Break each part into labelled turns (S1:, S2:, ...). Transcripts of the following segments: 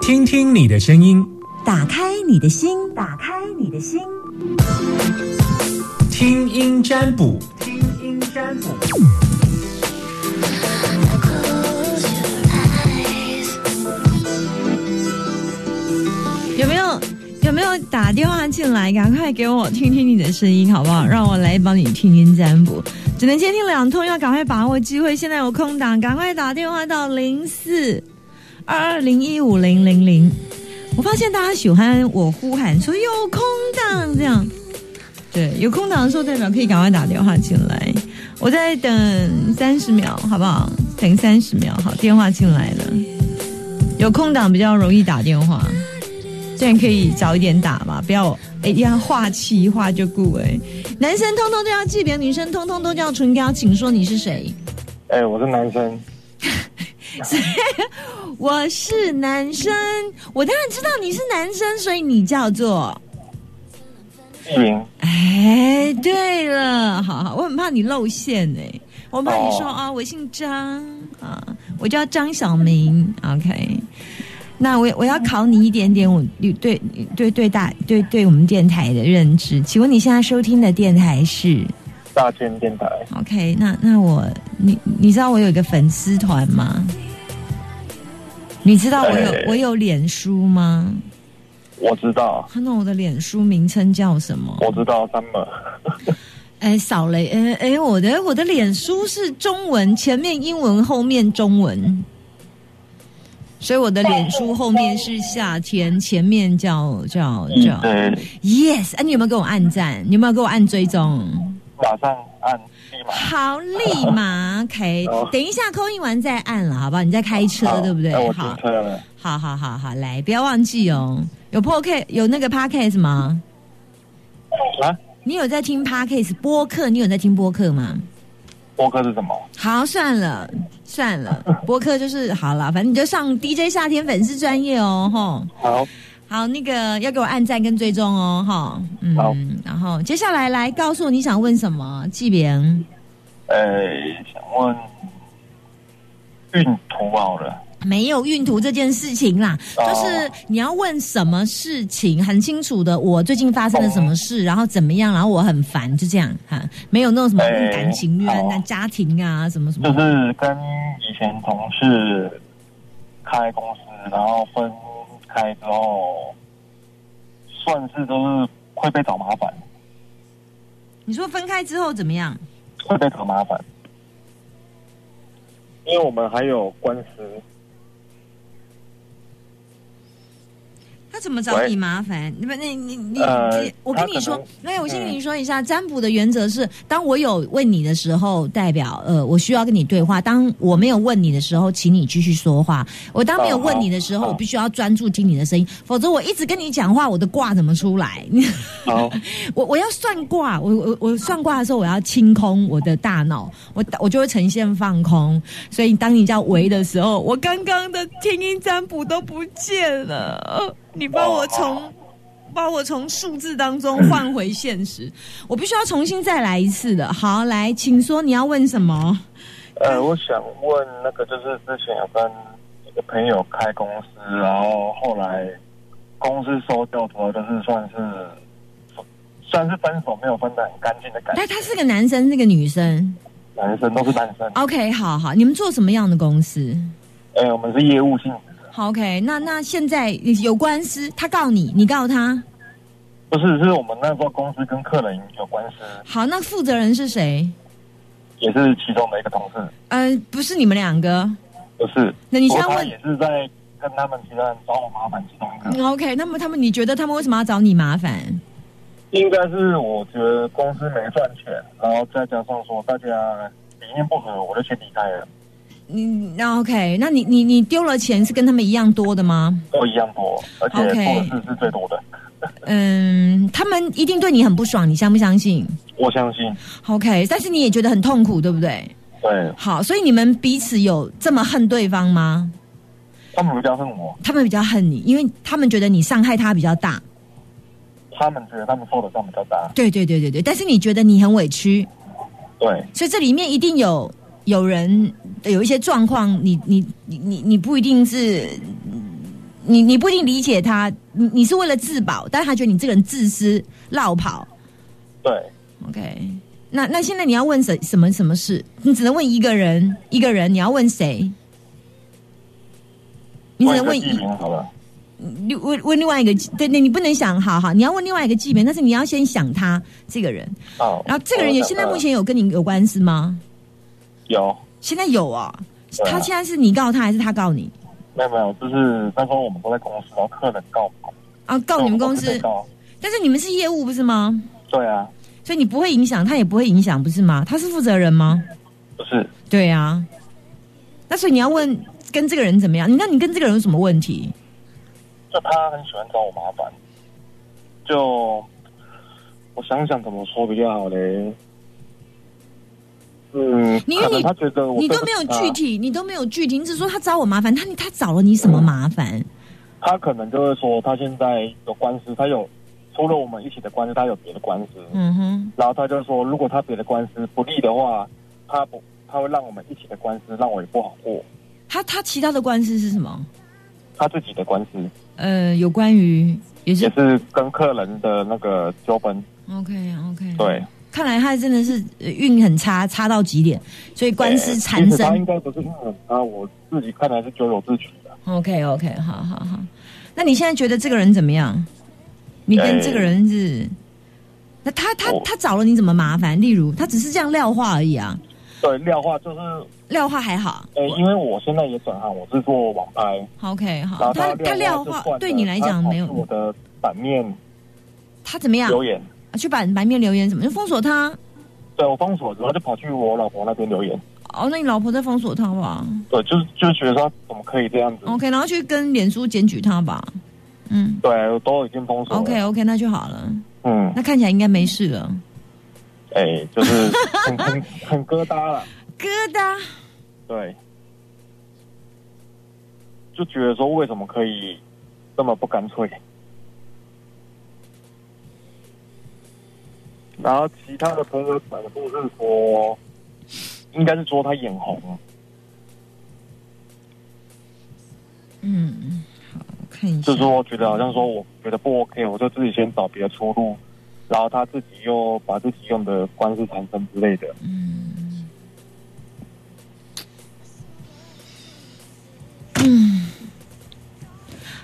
S1: 听听你的声音，
S2: 打开你的心，打开你的心，
S1: 听音占卜，听音占卜。
S2: 有没有？有没有打电话进来？赶快给我听听你的声音，好不好？让我来帮你听听占卜。只能接听两通，要赶快把握机会。现在有空档，赶快打电话到零四二二零一五零零零。我发现大家喜欢我呼喊说有空档这样，对，有空档的时候代表可以赶快打电话进来。我再等三十秒，好不好？等三十秒，好，电话进来了。有空档比较容易打电话。这样可以早一点打嘛，不要哎呀话气一话就顾哎。男生通通都要记别，女生通通都叫唇膏，请说你是谁？
S3: 哎、我是男生，
S2: 我是男生，我当然知道你是男生，所以你叫做。嗯
S3: 纪明。
S2: 哎，对了，好好，我很怕你露馅哎，我很怕你说
S3: 哦
S2: 啊、我姓张啊，我叫张小明，OK。那我我要考你一点点，我对对对对大对对我们电台的认知。请问你现在收听的电台是
S3: 大千电台，
S2: OK？那那我你你知道我有一个粉丝团吗？你知道我有
S3: 哎
S2: 我有脸书吗？
S3: 我知道，
S2: 那我的脸书名称叫什么？
S3: 我知道，summer，
S2: 哎，少了，哎哎，我的我的脸书是中文，前面英文，后面中文，所以我的脸书后面是夏天，前面叫叫叫
S3: 嗯 对，
S2: Yes，哎、你有没有给我按赞？你有没有给我按追踪？
S3: 马上按立马。
S2: 好，立马 OK，
S3: 好
S2: 等一下扣印完再按了，好不好？你在开车
S3: 好
S2: 对不对
S3: 哎？我停
S2: 好，
S3: 车了，
S2: 好好好好，来，不要忘记哦，有 Podcast 有那个 Podcast 吗？
S3: 啊，
S2: 你有在听 Podcast 播客？你有在听播客吗？
S3: 播客是什么？
S2: 好，算了算了，博客就是好了，反正你就上 DJ 夏天粉丝专业哦，吼。
S3: 好，
S2: 好，那个要给我按赞跟追踪哦，哈，
S3: 好
S2: 嗯，然后接下来来告诉我你想问什么，纪明，
S3: 哎、想问运途好了，
S2: 没有运途这件事情啦，
S3: 哦
S2: 就是你要问什么事情，很清楚的，我最近发生了什么事，然后怎么样，然后我很烦，就这样哈，没有那种什么问
S3: 哎
S2: 感情冤啊、
S3: 好嗯
S2: 家庭啊什么什么
S3: 就，是跟以前同事开公司，然后分开之后，算是都是会被找麻烦，
S2: 你说分开之后怎么样？
S3: 会被找麻烦，因为我们还有官司。
S2: 他怎么找
S3: 喂
S2: 你麻烦？你不，你你你，
S3: 呃
S2: 你我跟
S3: 他
S2: 你
S3: 可
S2: 说
S3: 能，
S2: 没有，我先跟
S3: 嗯
S2: 你说一下，占卜的原则是，当我有问你的时候，代表呃，我需要跟你对话；当我没有问你的时候，请你继续说话。我当没有问你的时候，
S3: 哦
S2: 我必须要专注听你的声音，否则我一直跟你讲话，我的卦怎么出来？
S3: 好，
S2: 我我要算卦，我我我算卦的时候，我要清空我的大脑，我我就会呈现放空。所以当你叫喂的时候，我刚刚的听音占卜都不见了，你帮我从把我从数字当中换回现实，我必须要重新再来一次的。好，来，请说你要问什么？
S3: 呃，我想问那个，就是之前有跟一个朋友开公司，然后后来公司收掉之后，就是算是算是分手，没有分得很干净的感觉
S2: 但。他是个男生，是个女生。
S3: 男生都是单身，
S2: OK，好好，你们做什么样的公司？
S3: 哎、我们是业务性质的，
S2: 好，OK，那那现在有官司，他告你，你告他。
S3: 不是，是我们那时候公司跟客人有官司，
S2: 好，那负责人是谁？
S3: 也是其中的一个同事，
S2: 呃，不是你们两个。
S3: 不是。
S2: 那你
S3: 不
S2: 现在
S3: 过他
S2: 问
S3: 也是在跟他们其他人找我麻烦其中一个。
S2: 嗯 OK，那么他们，你觉得他们为什么要找你麻烦？
S3: 应该是我觉得公司没赚钱，然后再加上说大家理念不合，我就先离开了，
S2: 你那 OK，那你你你丢了钱是跟他们一样多的吗？
S3: 都一样多，而且
S2: OK
S3: 做的事是最多的。
S2: 嗯，他们一定对你很不爽，你相不相信
S3: 我相信，
S2: ？OK，但是你也觉得很痛苦，对不对？
S3: 对
S2: 好，所以你们彼此有这么恨对方吗？
S3: 他们比较恨我，
S2: 他们比较恨你，因为他们觉得你伤害他比较大。
S3: 他们觉得他们受的伤比较大。
S2: 对对对对对，但是你觉得你很委屈，
S3: 对，
S2: 所以这里面一定有有人有一些状况，你你你你你不一定是嗯你你不一定理解他，你你是为了自保，但是他觉得你这个人自私、绕跑。
S3: 对，
S2: OK，那那现在你要问什什么什么事？你只能问一个人，一个人你要问谁？你只能问
S3: 一个
S2: 一
S3: 地名好了。
S2: 另问问另外一个，对对，你不能想，好好，你要问另外一个纪名，但是你要先想他这个人。
S3: 哦，
S2: 然后啊这个人也现在目
S3: 呃
S2: 前有跟你有官司吗？
S3: 有，
S2: 现在有啊、
S3: 对啊
S2: 他现在是你告他还是他告你？
S3: 没有没有，就是那时候我们都在公司，然后客人告我们公司
S2: 啊，告你们公司
S3: 然，后我们
S2: 但是你们是业务不是吗？
S3: 被告，对啊，
S2: 所以你不会影响，他也不会影响，不是吗？他是负责人吗？
S3: 不是
S2: 对啊，那所以你要问跟这个人怎么样？你那你跟这个人有什么问题？
S3: 就他很喜欢找我麻烦，就我想想怎么说比较好嘞。嗯，
S2: 你
S3: 可能
S2: 你
S3: 他觉得我
S2: 你
S3: 对
S2: 都
S3: 不
S2: 没
S3: 起
S2: 有
S3: 他
S2: 具，体，你都没有具体，你只说他找我麻烦，他他找了你什么麻烦？
S3: 他可能就会说他现在有官司，他有除了我们一起的官司，他有别的官司，
S2: 嗯哼，
S3: 然后他就说如果他别的官司不利的话，他不他会让我们一起的官司让我也不好过，
S2: 他他其他的官司是什么？
S3: 他自己的官司
S2: 呃，有关于也是
S3: 也是跟客人的那个纠纷，
S2: OK OK，
S3: 对，
S2: 看来他真的是呃运很差，差到极点，所以官司
S3: 对
S2: 缠
S3: 其实他
S2: 身。
S3: 应该不是因为他，我自己看来是咎由自取的。
S2: OK OK，好好好。那你现在觉得这个人怎么样？你跟
S3: 哎哦
S2: 这个人是？那他他
S3: 我
S2: 他找了你怎么麻烦？例如，他只是这样撂话而已啊，
S3: 对，廖化就是，
S2: 撂话还好。
S3: 呃，因为我现在也转行，我是做网拍，
S2: OK，
S3: 然
S2: 好，
S3: 后
S2: 他哦他
S3: 廖
S2: 撂
S3: 化就
S2: 话
S3: 算了
S2: 对你来讲
S3: 他
S2: 没
S3: 跑去我
S2: 有，
S3: 的版面
S2: 他怎么样？
S3: 留言，
S2: 啊去板白面留言什么？就封锁他。
S3: 对我封锁之后就跑去我老婆那边留言，
S2: 哦，那你老婆在封锁他吧
S3: 对，就是就是觉得他怎么可以这样子，
S2: ？OK，然后去跟脸书检举他吧。嗯
S3: 对，我都已经封锁了
S2: ，OK OK，那就好了。
S3: 嗯，
S2: 那看起来应该没事了。
S3: 哎、就是很 很很疙瘩了，
S2: 疙瘩。
S3: 对，就觉得说为什么可以这么不干脆？然后其他的朋友转的都是说，应该是说他眼红，
S2: 嗯，好，我看一下
S3: 就是。说觉得好像说我觉得不 OK，我就自己先找别的出路，然后他自己又把自己用的官司缠身之类的，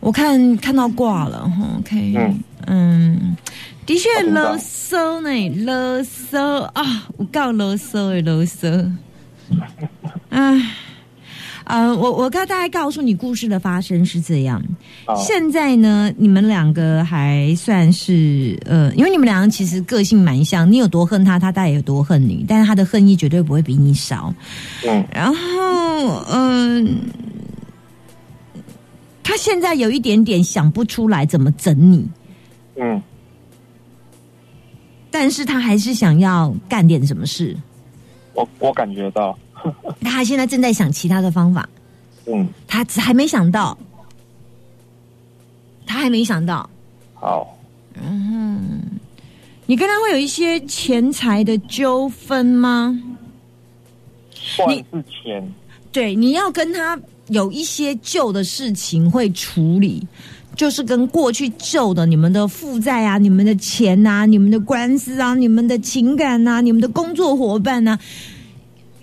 S2: 我看看到挂了哈，OK，嗯
S3: 嗯
S2: 的确
S3: 好紧张
S2: 勒索呢，勒索啊，我告勒索的勒索， 唉，呃，我我刚大概告诉你故事的发生是这样，
S3: 啊，
S2: 现在呢，你们两个还算是呃，因为你们两个其实个性蛮像，你有多恨他，他大概有多恨你，但是他的恨意绝对不会比你少，
S3: 嗯，
S2: 然后，嗯、他现在有一点点想不出来怎么整你，
S3: 嗯，
S2: 但是他还是想要干点什么事。
S3: 我我感觉到，
S2: 他现在正在想其他的方法，
S3: 嗯，
S2: 他只还没想到，他还没想到。
S3: 好，
S2: 你跟他会有一些钱财的纠纷吗？
S3: 算是钱，
S2: 对，你要跟他有一些旧的事情会处理，就是跟过去旧的你们的负债啊、你们的钱啊、你们的官司啊、你们的情感啊、你们的工作伙伴啊，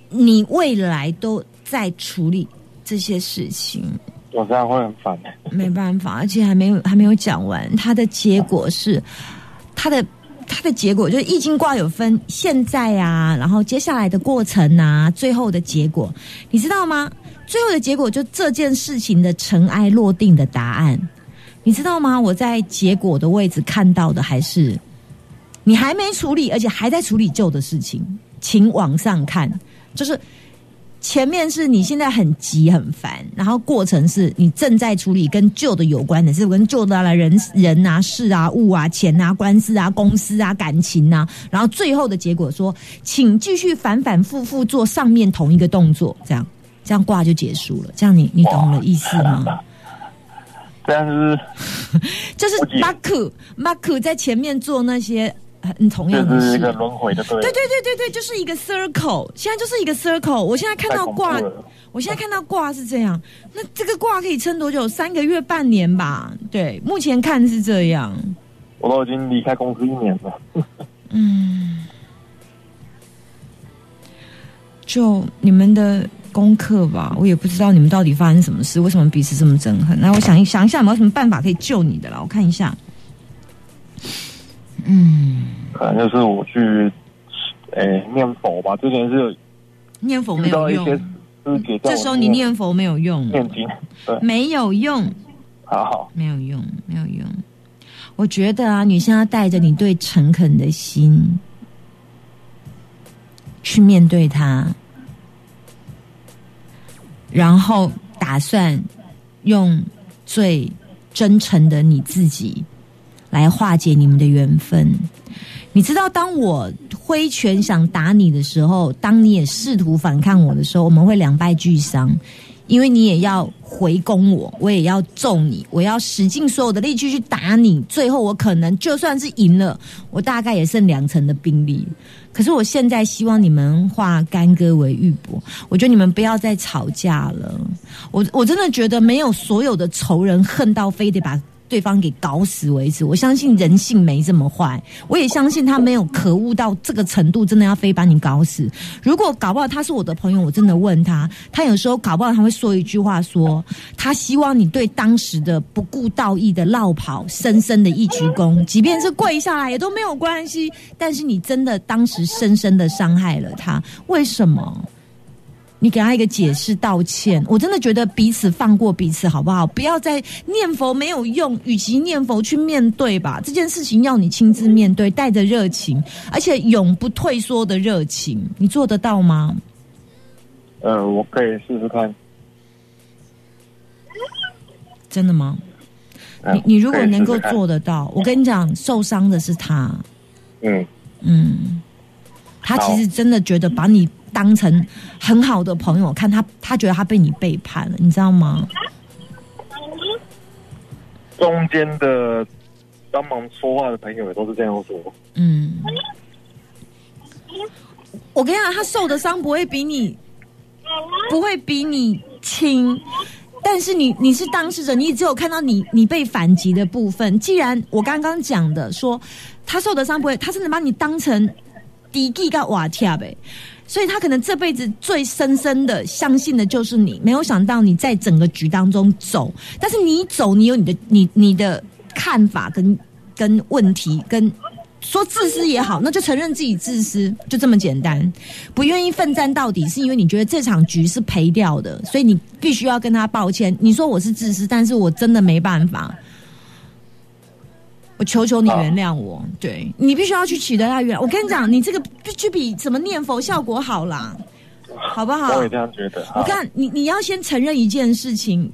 S2: 你未来都在处理这些事情。
S3: 我这样会很烦。
S2: 没办法，而且还没有还没有讲完，它的结果是，它的它的结果就是易经卦有分现在啊，然后接下来的过程啊，最后的结果，你知道吗？最后的结果就这件事情的尘埃落定的答案，你知道吗？我在结果的位置看到的还是你还没处理，而且还在处理旧的事情，请往上看，就是前面是你现在很急很烦，然后过程是你正在处理跟旧的有关的，是跟旧的啊人人啊事啊物啊钱啊官司啊公司啊感情啊，然后最后的结果说，请继续反反复复做上面同一个动作，这样这样挂就结束了，这样你你懂我的意思吗？
S3: 但是
S2: 就是
S3: 我解
S2: 马克马克在前面做那些很同样
S3: 这
S2: 的
S3: 是
S2: 事
S3: 一。个轮回的，对了
S2: 对对对对对，就是一个 circle，现在就是一个 circle。我现在看
S3: 太
S2: 到
S3: 恐怖
S2: 挂，
S3: 了。
S2: 我现在看到挂是这样，那这个挂可以撑多久？三个月、半年吧？对，目前看是这样。
S3: 我都已经离开公司一年了，
S2: 嗯，就你们的功课吧，我也不知道你们到底发生什么事，为什么彼此这么憎恨。那我想一想一下有没有什么办法可以救你的啦，我看一下。嗯，
S3: 可能就是我去，诶、念佛吧。之前是
S2: 念佛没
S3: 遇到
S2: 有
S3: 一些
S2: 用，
S3: 师姐叫我
S2: 这时候你念嗯佛没有用，
S3: 念经，
S2: 没有用，
S3: 好好，
S2: 没有用，没有用。我觉得啊，女生要带着你对诚恳的心去面对它，然后打算用最真诚的你自己来化解你们的缘分。你知道，当我挥拳想打你的时候，当你也试图反抗我的时候，我们会两败俱伤，因为你也要回攻我，我也要揍你，我要使尽所有的力气去打你。最后，我可能就算是赢了，我大概也剩两成的兵力。可是我现在希望你们化干戈为玉帛，我觉得你们不要再吵架了。我我真的觉得没有所有的仇人恨到非得把对方给搞死为止。我相信人性没这么坏，我也相信他没有可恶到这个程度，真的要非把你搞死。如果搞不好他是我的朋友，我真的问他，他有时候搞不好他会说一句话说，他希望你对当时的不顾道义的绕跑深深的一鞠躬，即便是跪下来也都没有关系。但是你真的当时深深的伤害了他，为什么？你给他一个解释道歉，我真的觉得彼此放过彼此好不好？不要再念佛没有用，与其念佛去面对吧，这件事情要你亲自面对，带着热情，而且永不退缩的热情，你做得到吗？
S3: 呃，我可以试试看。
S2: 真的吗？
S3: 嗯
S2: 你你如果能够，
S3: 可以试试看
S2: 做得到，我跟你讲，受伤的是他，
S3: 嗯，
S2: 嗯，他
S3: 好
S2: 其实真的觉得把你当成很好的朋友，看他他觉得他被你背叛了，你知道吗？
S3: 中间的帮忙说话的朋友也都是这样说。
S2: 嗯，我跟你讲，他受的伤不会比你不会比你轻，但是你你是当事者，你只有看到你你被反击的部分。既然我刚刚讲的说他受的伤不会，他真的把你当成敌地跟瓦跳呗。所以他可能这辈子最深深的相信的就是你，没有想到你在整个局当中走，但是你一走，你有你的你你的看法跟跟问题跟。说自私也好，那就承认自己自私，就这么简单。不愿意奋战到底，是因为你觉得这场局是赔掉的，所以你必须要跟他抱歉。你说我是自私，但是我真的没办法。我求求你原谅我，
S3: 啊
S2: 对你必须要去取得他原谅。我跟你讲，你这个必须比什么念佛效果好啦，好不好？
S3: 我也这样觉得。
S2: 我
S3: 好
S2: 看你，你要先承认一件事情，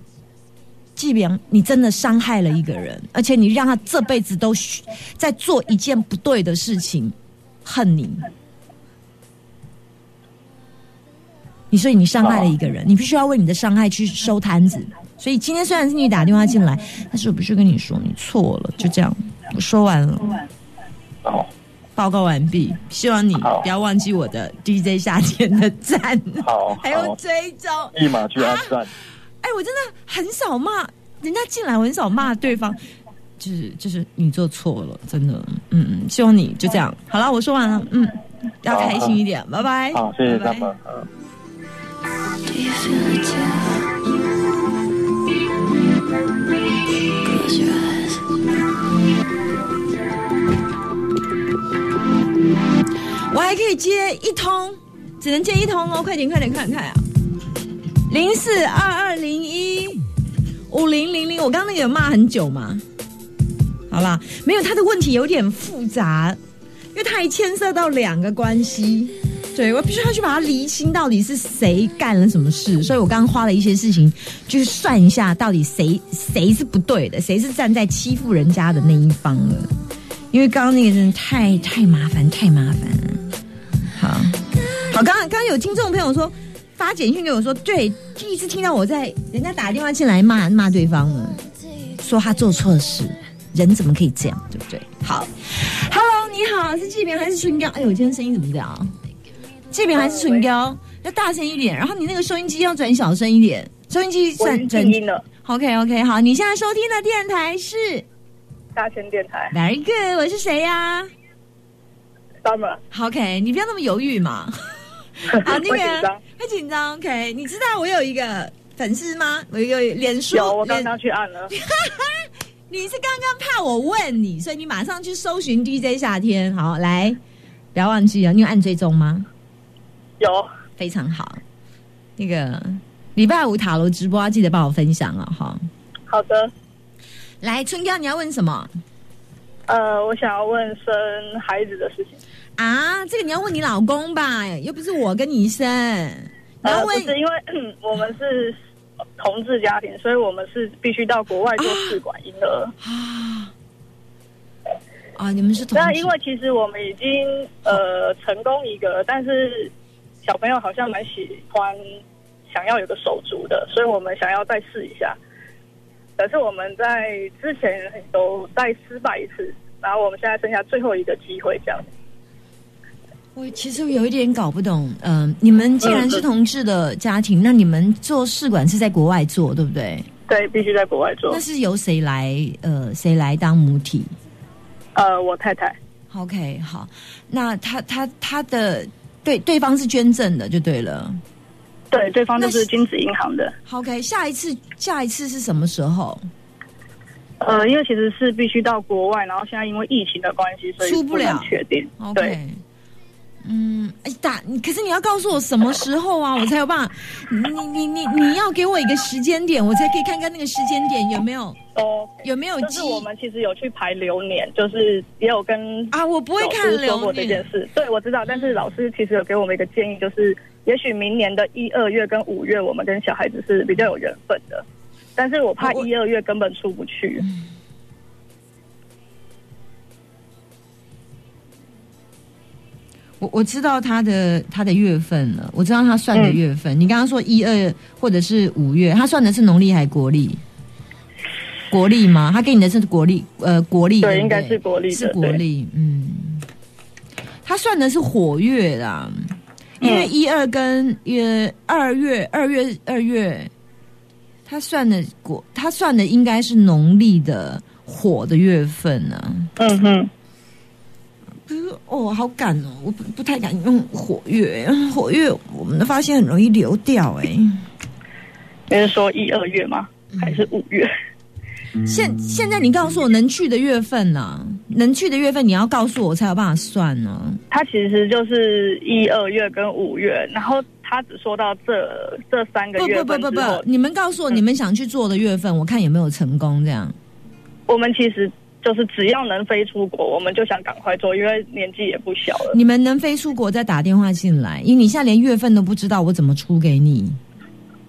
S2: 纪明，你真的伤害了一个人，而且你让他这辈子都需在做一件不对的事情，恨你。你所以你伤害了一
S3: 啊
S2: 个人，你必须要为你的伤害去收摊子。所以今天虽然是你打电话进来，但是我必须跟你说，你错了，就这样，我说完了。
S3: 好
S2: 报告完毕，希望你
S3: 好
S2: 不要忘记我的 DJ 夏天的赞，
S3: 好，
S2: 还有
S3: 好
S2: 追踪。
S3: 立马去按赞。
S2: 哎，我真的很少骂人家进来，我很少骂对方， 就是就是你做错了，真的，嗯嗯，希望你就这样。好了，我说完了，嗯，要开心一点，拜拜。
S3: 好，谢谢
S2: 拜拜，
S3: 他们。嗯
S4: Do you feel it too? Close your eyes.
S2: 我还可以接一通，只能接一通哦，快点快点快点快啊！零四二二零一五零零零，我刚刚那个有骂很久吗？好啦，没有，他的问题有点复杂，因为他还牵涉到两个关系。对我必须要去把它厘清，到底是谁干了什么事。所以我刚刚花了一些事情，就是算一下到底谁谁是不对的，谁是站在欺负人家的那一方了。因为刚刚那个真的太太麻烦，太麻烦了。好，好，刚刚刚有听众朋友说发简讯给我说，对，第一次听到我在人家打电话进来骂骂对方了，说他做错事，人怎么可以这样，对不对？好，Hello，你
S5: 你好，是这边还是唇膏？哎呦，我今天声音怎么这样啊？这边还是唇膏，要大声一点，然后你那个收音机要转小声一点，收音机
S6: 我已
S5: 转
S6: 经
S5: 转
S6: 静。音了，
S5: OK OK，好，你现在收听的电台是
S6: 大千电台
S5: Very Good，我是谁啊呀、
S6: Summer，
S5: 好 OK，你不要那么犹豫 嘛。好，那
S6: 我紧
S5: 个
S6: 张。
S5: 会紧张 OK，你知道我有一个粉丝吗？我有一个脸书，
S6: 有，我刚
S5: 脸
S6: 刚去按了，
S5: 你是刚刚怕我问你，所以你马上去搜寻 DJ 夏天。好，来，不要忘记啊，你有按追踪吗？
S6: 有，
S5: 非常好。那个礼拜五塔罗直播要记得帮我分享哦，哈。
S6: 好的，
S5: 来，春娇，你要问什么
S6: 呃，我想要问生孩子的事情，
S5: 啊？这个你要问你老公吧，又不是我跟你生。你
S6: 呃，
S5: 要
S6: 不
S5: 问、
S6: 是因为我们是同志家庭，所以我们是必须到国外做试管婴儿。
S5: 啊？啊，你们 是同
S6: 那
S5: 居
S6: 因为其实我们已经 呃成功一个，但是小朋友好像蛮喜欢想要有个手足的，所以我们想要再试一下。可是我们在之前有再失败一次，然后我们现在剩下最后一个机会，这样。
S2: 我其实有一点搞不懂，嗯、你们既然是同志的家庭，那你们做试管是在国外做，对不对？
S6: 对，必须在国外做
S2: 那。是由谁来呃谁来当母体
S6: 呃，我太太，
S2: ？OK，好，那他他他的对对方是捐赠的就对了。
S6: 对，对方就是
S2: 那是
S6: 精子银行的。
S2: OK，下一次下一次是什么时候？
S6: 呃，因为其实是必须到国外，然后现在因为疫情的关系，所以
S2: 出不
S6: 不能
S2: 了
S6: 确定。对，
S2: OK，嗯，哎打，你可是你要告诉我什么时候啊，我才有办法。你你你你要给我一个时间点，我才可以看看那个时间点有没有
S6: 哦，
S2: 有没有
S6: 就
S2: 记
S6: 是我们其实有去排流年，就是也有跟
S2: 啊？我不会看
S6: 老师说
S2: 流
S6: 过这件
S2: 年。
S6: 事。对，我知道，但是老师其实有给我们一个建议，就是也许明年的一二月跟五月，我们跟小孩子是比较有缘分的。但是我怕
S2: 哦我嗯
S6: 一二月根本出不去，
S2: 我我知道他的他的月份了，我知道他算
S6: 嗯
S2: 的月份。你刚刚说一二或者是五月，他算的是农历还国历？国历吗？他给你的是国历，呃，国历
S6: 对
S2: 不
S6: 应该是国历的
S2: 是国历，嗯。他算的是火月啦，因
S6: 嗯
S2: 为一二跟呃二月二月二月，他算的国他算的应该是农历的火的月份呢、
S6: 嗯哼，
S2: 不是哦，好赶哦，我不不太敢用火月，火月我们的发现很容易流掉哎、
S6: 你是说一二月吗？
S2: 嗯
S6: 还是五月？
S2: 现现在你告诉我能去的月份呢、能去的月份你要告诉我，我才有办法算呢、
S6: 他其实就是一二月跟五月，然后他只说到这这三个
S2: 不
S6: 月
S2: 不
S6: 份
S2: 不不
S6: 之后
S2: 不，，你们告诉我你们想去做的月份，我看有没有成功这样。
S6: 我们其实就是只要能飞出国，我们就想赶快做，因为年纪也不小了。
S2: 你们能飞出国再打电话进来，因为你现在连月份都不知道，我怎么出给你？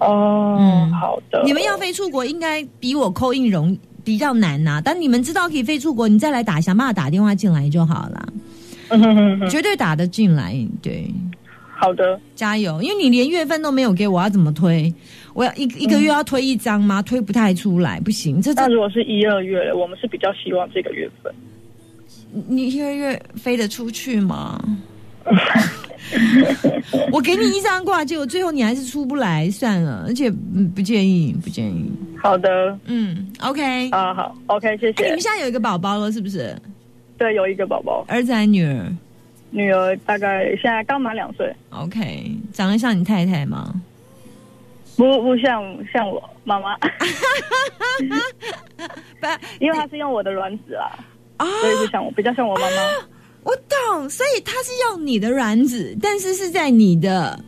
S6: 哦，
S2: 嗯
S6: 好的。
S2: 你们要飞出国应该比我扣印容比较难呐、但你们知道可以飞出国，你再来打想办法打电话进来就好了，
S6: 嗯哼哼哼，
S2: 绝对打得进来，对。
S6: 好的。
S2: 加油！因为你连月份都没有给我，要怎么推？我要一一个月要推一张吗？推不太出来，不行。这这
S6: 那如果是一二月了，我们是比较希望这个月份。
S2: 你一个月飞得出去吗？我给你一张挂，结果最后你还是出不来，算了，而且嗯不建议，不建议。
S6: 好的，
S2: 嗯，OK。哎
S6: 啊，好，OK，谢
S2: 你
S6: 谢
S2: 们。现在有一个宝宝了，是不是？
S6: 对，有一个宝宝，
S2: 儿子还是女儿
S6: 女儿大概现在刚满两岁，
S2: ？OK，长得像你太太吗？
S6: 不不像像我妈妈，
S2: 不，
S6: 因为她是用我的卵子啦，
S2: 啊，
S6: 所以是像我，比较像我妈妈。
S2: 我懂，所以他是用你的卵子，但是是在你的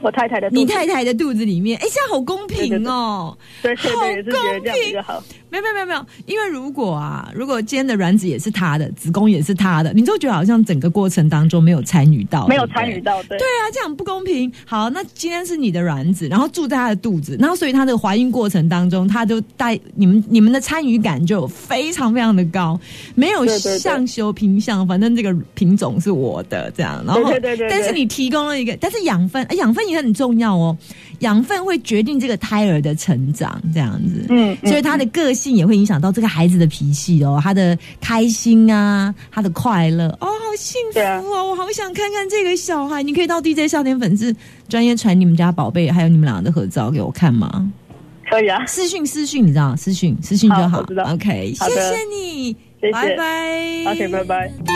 S6: 我太太的肚子，
S2: 你太太的肚子里面，哎，这样好公平哦！
S6: 对对
S2: 好
S6: 对，也是觉得这样比较好。
S2: 没有没有没有没有，因为如果啊，如果今天的卵子也是他的，子宫也是他的，你就觉得好像整个过程当中没有参与到，
S6: 没有
S2: 对不对
S6: 参与。到，对
S2: 对啊，这样不公平。好，那今天是你的卵子，然后住在他的肚子，然后所以他的怀孕过程当中，他就带你们你们的参与感就有非常非常的高，没有
S6: 对对对
S2: 相修平相，反正这个品种是我的这样，然后
S6: 对对对对对
S2: 但是你提供了一个，但是养分，哎养分也也很重要哦，养分会决定这个胎儿的成长，这样子。
S6: 嗯，嗯
S2: 所以他的个性也会影响到这个孩子的脾气哦，他的开心啊，他的快乐哦，好幸福
S6: 对啊
S2: 哦，我好想看看这个小孩。你可以到 DJ 笑点粉丝专业传你们家宝贝还有你们俩的合照给我看吗？
S6: 可以啊，
S2: 私讯私讯，你知道，私讯私讯就
S6: 好
S2: 好
S6: 我知道。
S2: OK，谢
S6: 好的
S2: 谢你，
S6: 谢谢
S2: 拜拜
S6: 而且拜拜。
S4: Thank